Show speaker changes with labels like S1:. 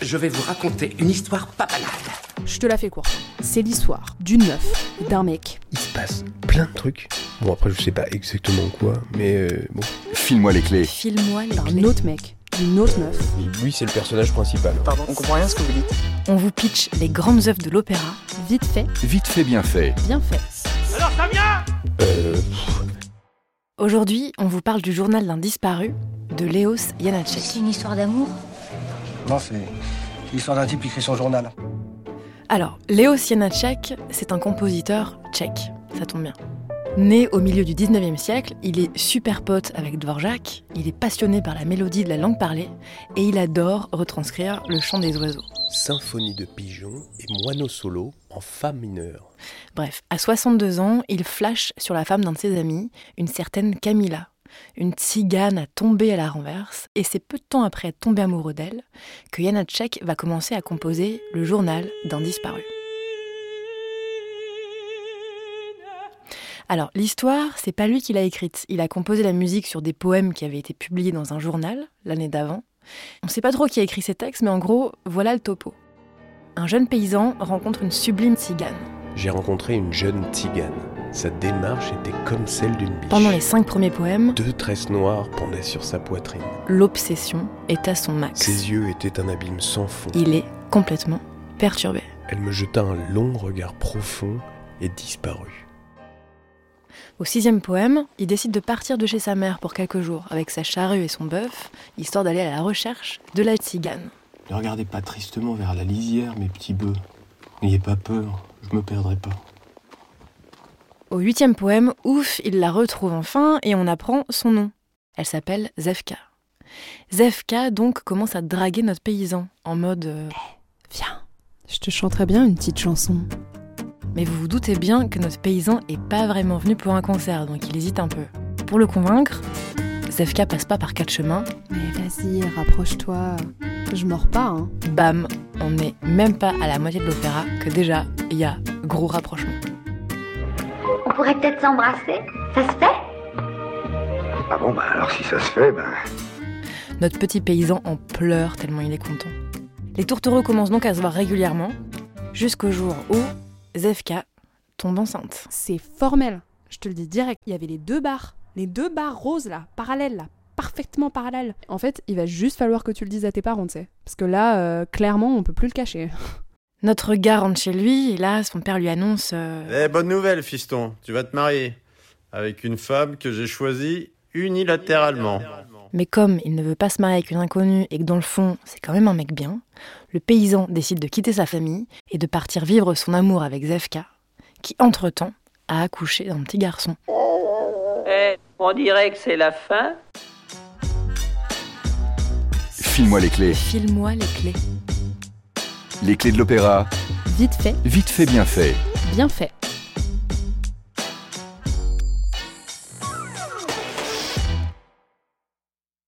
S1: je vais vous raconter une histoire pas banale.
S2: Je te la fais courte. C'est l'histoire d'une meuf, et d'un mec.
S3: Il se passe plein de trucs. Bon, après, je sais pas exactement quoi, mais euh, bon.
S4: File-moi les clés.
S5: File-moi les
S2: D'un
S5: clés.
S2: autre mec, d'une autre meuf.
S6: Lui, c'est le personnage principal.
S7: Pardon, on comprend rien à ce que vous dites.
S5: On vous pitch les grandes œuvres de l'opéra.
S2: Vite fait,
S4: Vite fait, bien fait.
S2: bien fait.
S3: Euh,
S5: Aujourd'hui, on vous parle du journal d'un disparu de Léos Janacek.
S8: une histoire d'amour
S7: Non, c'est l'histoire d'un type qui écrit son journal.
S5: Alors, Léos Janacek, c'est un compositeur tchèque. Ça tombe bien. Né au milieu du 19e siècle, il est super pote avec Dvorak, il est passionné par la mélodie de la langue parlée et il adore retranscrire le chant des oiseaux.
S3: Symphonie de pigeons et moineau solo en fa mineur.
S5: Bref, à 62 ans, il flash sur la femme d'un de ses amis, une certaine Camilla, une tzigane à tomber à la renverse, et c'est peu de temps après être tombé amoureux d'elle que Janacek va commencer à composer le journal d'un disparu. Alors, l'histoire, c'est pas lui qui l'a écrite. Il a composé la musique sur des poèmes qui avaient été publiés dans un journal l'année d'avant. On sait pas trop qui a écrit ces textes, mais en gros, voilà le topo. Un jeune paysan rencontre une sublime tzigane.
S3: J'ai rencontré une jeune tzigane. Sa démarche était comme celle d'une biche.
S5: Pendant les cinq premiers poèmes,
S3: Deux tresses noires pendaient sur sa poitrine.
S5: l'obsession est à son max.
S3: Ses yeux étaient un abîme sans fond.
S5: Il est complètement perturbé.
S3: Elle me jeta un long regard profond et disparut.
S5: Au sixième poème, il décide de partir de chez sa mère pour quelques jours avec sa charrue et son bœuf, histoire d'aller à la recherche de la tzigane.
S9: Ne regardez pas tristement vers la lisière, mes petits bœufs. N'ayez pas peur, je me perdrai pas.
S5: Au huitième poème, ouf, il la retrouve enfin et on apprend son nom. Elle s'appelle Zevka. Zevka donc commence à draguer notre paysan en mode euh,
S2: Viens, je te chanterai bien une petite chanson.
S5: Mais vous vous doutez bien que notre paysan est pas vraiment venu pour un concert, donc il hésite un peu. Pour le convaincre, Zevka passe pas par quatre chemins.
S2: Mais vas-y, rapproche-toi. Je mords pas, hein.
S5: Bam, on n'est même pas à la moitié de l'opéra que déjà il y a gros rapprochement.
S8: On pourrait peut-être s'embrasser Ça se fait
S4: Ah bon, bah alors si ça se fait, ben.
S5: Notre petit paysan en pleure tellement il est content. Les tourtereaux commencent donc à se voir régulièrement, jusqu'au jour où Zevka tombe enceinte.
S2: C'est formel. Je te le dis direct. Il y avait les deux barres. Les deux barres roses, là. Parallèles, là. Parfaitement parallèles. En fait, il va juste falloir que tu le dises à tes parents, tu sais. Parce que là, euh, clairement, on peut plus le cacher.
S5: Notre gars rentre chez lui et là son père lui annonce euh,
S10: Eh, bonne nouvelle, fiston. Tu vas te marier avec une femme que j'ai choisie unilatéralement.
S5: Mais comme il ne veut pas se marier avec une inconnue et que dans le fond, c'est quand même un mec bien, le paysan décide de quitter sa famille et de partir vivre son amour avec Zevka, qui entre-temps a accouché d'un petit garçon.
S11: Eh, on dirait que c'est la fin.
S4: File-moi les clés.
S5: File-moi les clés.
S4: Les clés de l'opéra.
S2: Vite fait,
S4: Vite fait, bien fait.
S2: bien fait.